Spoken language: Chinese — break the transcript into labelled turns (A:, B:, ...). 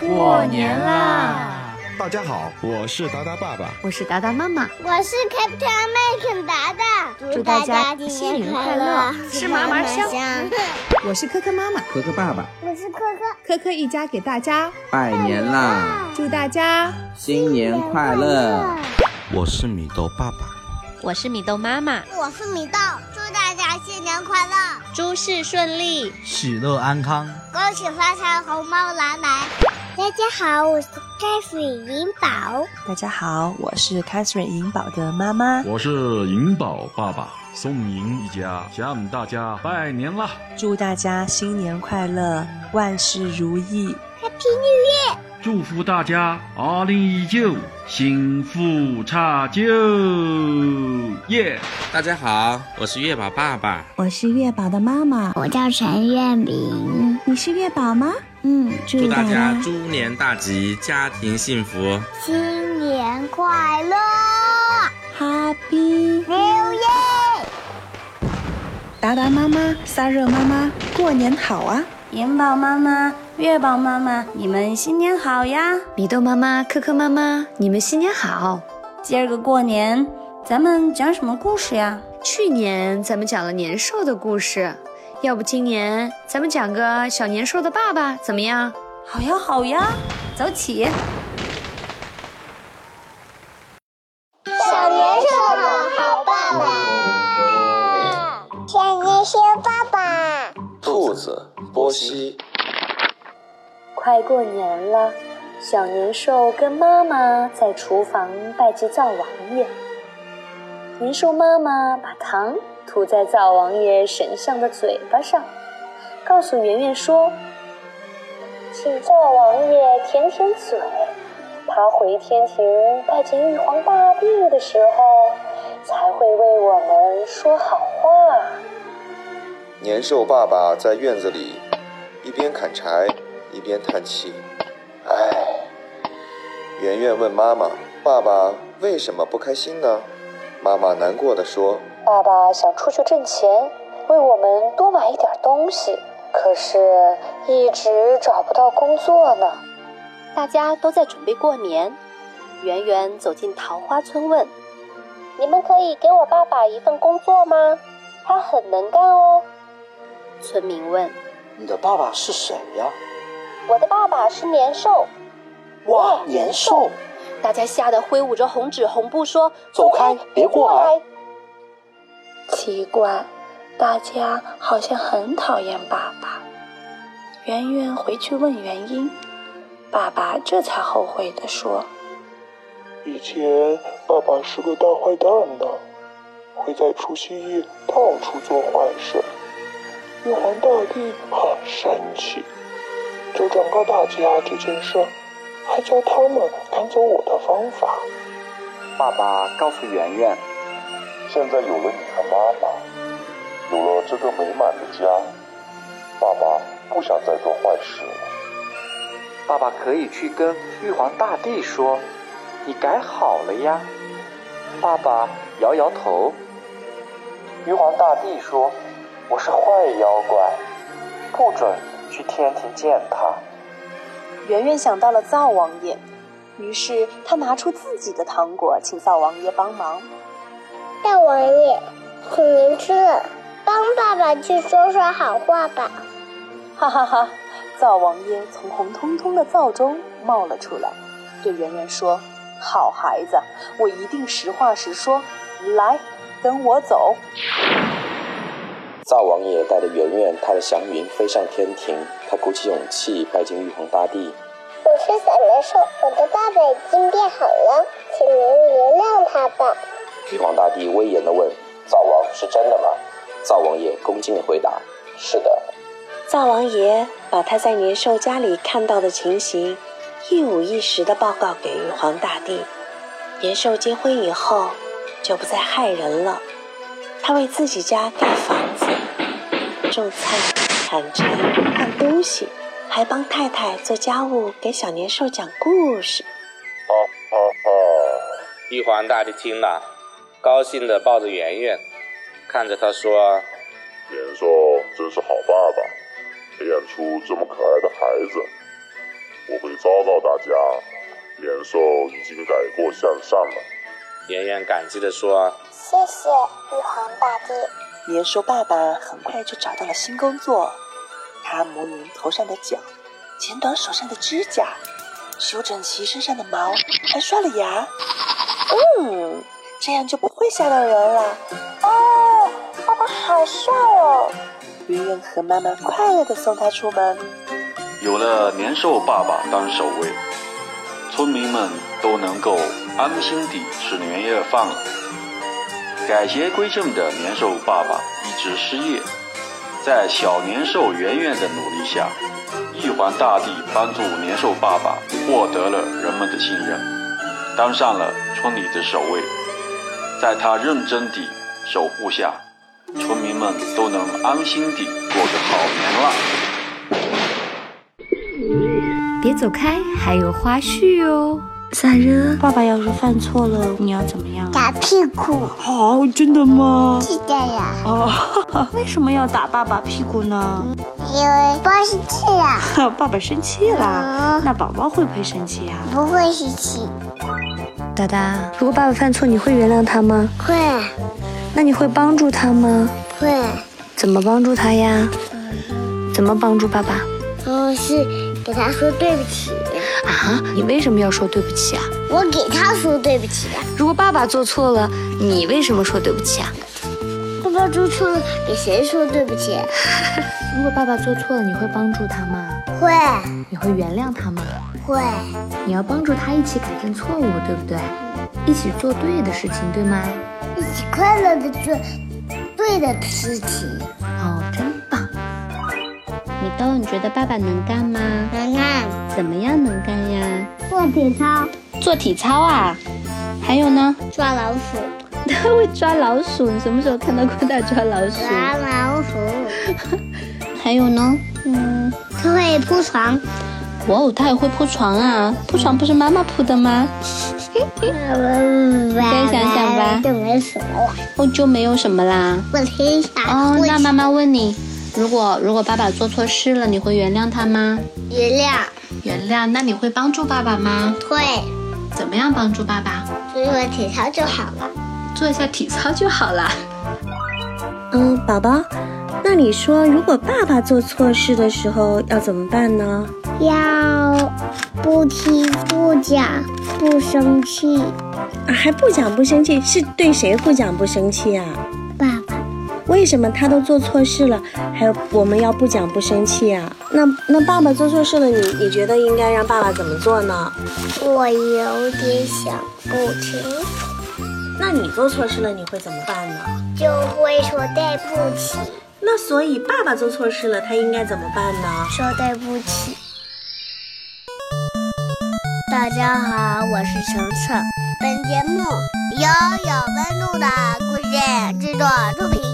A: 过年啦！
B: 大家好，我是达达爸爸。
C: 我是达达妈妈，
D: 我是 Captain American 达达，
C: 祝
D: 祝
C: 大
D: 大
C: 家
D: 家
C: 新
D: 新
C: 年
D: 年
C: 快
D: 快
C: 乐
D: 乐，
C: 吃嘛嘛香我是科科妈妈，
A: 可可爸爸，
D: 我是科科，
C: 科科一家给大家
A: 拜年啦！
C: 祝大家。
A: 新年快乐！
B: 我是米豆爸爸。
E: 我是米豆妈妈，
D: 我是米豆，祝大家新年快乐，
E: 诸事顺利。
F: 喜乐安康。
D: 恭喜发财，红包拿来。大家好，我是 Jeffrey 银宝，
G: 大家好，我是 Catherine 银宝的妈妈，
H: 我是银宝爸爸，宋银一家向大家拜年啦！
G: 祝大家新年快乐，万事如意。
H: 祝福大家二零一九幸福长久，耶、
I: 大家好，我是月宝爸爸。
J: 我是月宝的妈妈，
D: 我叫陈月明，
J: 你是月宝吗？嗯，祝
I: 祝大家猪年大吉，家庭幸福。
D: 新年快乐
J: Happy
D: ，New Year！
G: 达达妈妈、萨热妈妈，过年好啊！
J: 银宝妈妈、月宝妈妈，你们新年好呀！
C: 米豆妈妈、科科妈妈，你们新年好！
J: 今儿个过年，咱们讲什么故事呀？
C: 去年咱们讲了年兽的故事，要不今年咱们讲个小年兽的爸爸怎么样？
J: 好呀，好呀，走起！
D: 小年兽的好爸爸，小年兽爸爸，
K: 兔子波西，
J: 快过年了，小年兽跟妈妈在厨房拜祭灶王爷。年兽妈妈把糖涂在灶王爷神像的嘴巴上，告诉圆圆说：“请灶王爷舔舔嘴。”他回天庭拜见玉皇大帝的时候，才会为我们说好话。
L: 年兽爸爸在院子里一边砍柴一边叹气，唉。圆圆问妈妈：“爸爸为什么不开心呢？”妈妈难过的说
J: 爸爸想出去挣钱，为我们多买一点东西，可是一直找不到工作呢。大家都在准备过年，圆圆走进桃花村问：“你们可以给我爸爸一份工作吗？他很能干哦。”村民问
M: 你的爸爸是谁呀？：“
J: 我的爸爸是年兽。
M: 哇，年兽，”
J: 大家吓得挥舞着红纸红布说：“
M: 走开别过来！”
J: 奇怪，大家好像很讨厌爸爸。圆圆回去问原因，爸爸这才后悔地说
N: 以前爸爸是个大坏蛋呢，会在除夕夜到处做坏事。玉皇大帝很生气，就转告大家这件事，还教他们赶走我的方法。
K: 爸爸啊告诉圆圆，
N: 现在有了你和妈妈，有了这个美满的家，爸爸不想再做坏事了。
K: 爸爸可以去跟玉皇大帝说，你改好了呀。爸爸摇摇头。玉皇大帝说：“我是坏妖怪，不准去天庭见他。”：“
G: 圆圆想到了灶王爷，于是她拿出自己的糖果，请灶王爷帮忙。
D: 大王爷，请您吃了，帮爸爸去说说好话吧。
G: 哈哈哈！灶王爷从红彤彤的灶中冒了出来，对圆圆说：“好孩子，我一定实话实说。来，跟我走。
K: 灶王爷带着圆圆，踏着祥云飞上天庭。他鼓起勇气拜见玉皇大帝。
D: 我是小年兽，我的爸爸已经变好了，请您原谅他吧。
K: 玉皇大帝威严地问：“灶王是真的吗？”灶王爷恭敬地回答：“是的。”
G: 灶王爷把他在年兽家里看到的情形一五一十的报告给玉皇大帝。年兽结婚以后就不再害人了，他为自己家盖房子、种菜、砍柴、换东西，还帮太太做家务，给小年兽讲故事。
I: 玉皇大帝听了，高兴地抱着圆圆，看着他说
N: 年兽真是好爸爸，培养出这么可爱的孩子。
K: 我会遭到大家。年兽已经改过向上了。
I: 圆圆感激地说
D: 谢谢玉皇大帝。
G: 年兽爸爸很快就找到了新工作，他磨匀头上的角，剪短手上的指甲，修整齐身上的毛，还刷了牙。嗯，这样就不会吓到人了。
D: 哦，爸爸好帅哦！
G: 圆圆和妈妈快乐地送他出门。
O: 有了年兽爸爸当守卫，村民们都能够安心地吃年夜饭了。改邪归正的年兽爸爸一直失业，在小年兽圆圆的努力下，玉皇大帝帮助年兽爸爸获得了人们的信任，当上了村里的守卫。在他认真地守护下，村民们都能安心地过个好年了。
P: 别走开，还有花絮哦。
J: 散热，爸爸要是犯错了，你要怎么样？
D: 打屁股。
J: 哦，真的吗？
D: 是的呀。
J: 哦，为什么要打爸爸屁股呢？
D: 因为爸爸生气了。 嗯
J: 爸爸生气了，那宝宝会不会生气啊？
D: 不会生气。
P: 达达，如果爸爸犯错，你会原谅他吗？
D: 会。
J: 那你会帮助他吗？
D: 会。
J: 怎么帮助他呀？怎么帮助爸爸？
D: 嗯，是给他说对不起。
J: 啊，你为什么要说对不起啊？
D: 我给他说对不起。
J: 如果爸爸做错了，你为什么说对不起啊？
D: 爸爸做错了，给谁说对不起？
J: 如果爸爸做错了，你会帮助他吗？
D: 会。
J: 你会原谅他吗？
D: 会。
J: 你要帮助他一起改正错误，对不对？一起做对的事情，对吗？
D: 一起快乐的做对的事情。
J: 哦，真棒！
C: 米豆，你觉得爸爸能干吗？
D: 能干。
C: 怎么样能干呀？
D: 做体操。
C: 做体操啊？还有呢？
D: 抓老鼠。
C: 他会抓老鼠，你什么时候看到过他抓老鼠？
D: 抓老鼠。
C: 还有呢？
D: 嗯，他会铺床。
C: 哇哦，他也会铺床啊！铺床不是妈妈铺的吗？
D: 你
C: 再想想吧，
D: 就没什么了。
C: 哦，就没有什么啦。
D: 我听一下。
C: 哦，那妈妈问你，如果如果爸爸做错事了，你会原谅他吗？
D: 原谅。
C: 原谅？那你会帮助爸爸吗？
D: 会。
C: 怎么样帮助爸爸？
D: 做做体操就好了。
C: 做一下体操就好了。
J: 嗯，宝宝，那你说，如果爸爸做错事的时候要怎么办呢？
D: 要不踢不讲不生气，
J: 啊、还不讲不生气，是对谁不讲不生气啊？
D: 爸爸，
J: 为什么他都做错事了，还有我们要不讲不生气啊？那那爸爸做错事了，你你觉得应该让爸爸怎么做呢？
D: 我有点想不清楚。
J: 那你做错事了，你会怎么办呢？
D: 就会说对不起。
J: 那所以爸爸做错事了，他应该怎么办呢？
D: 说对不起。大家好，我是程程。本节目由有温度的故事制作出品。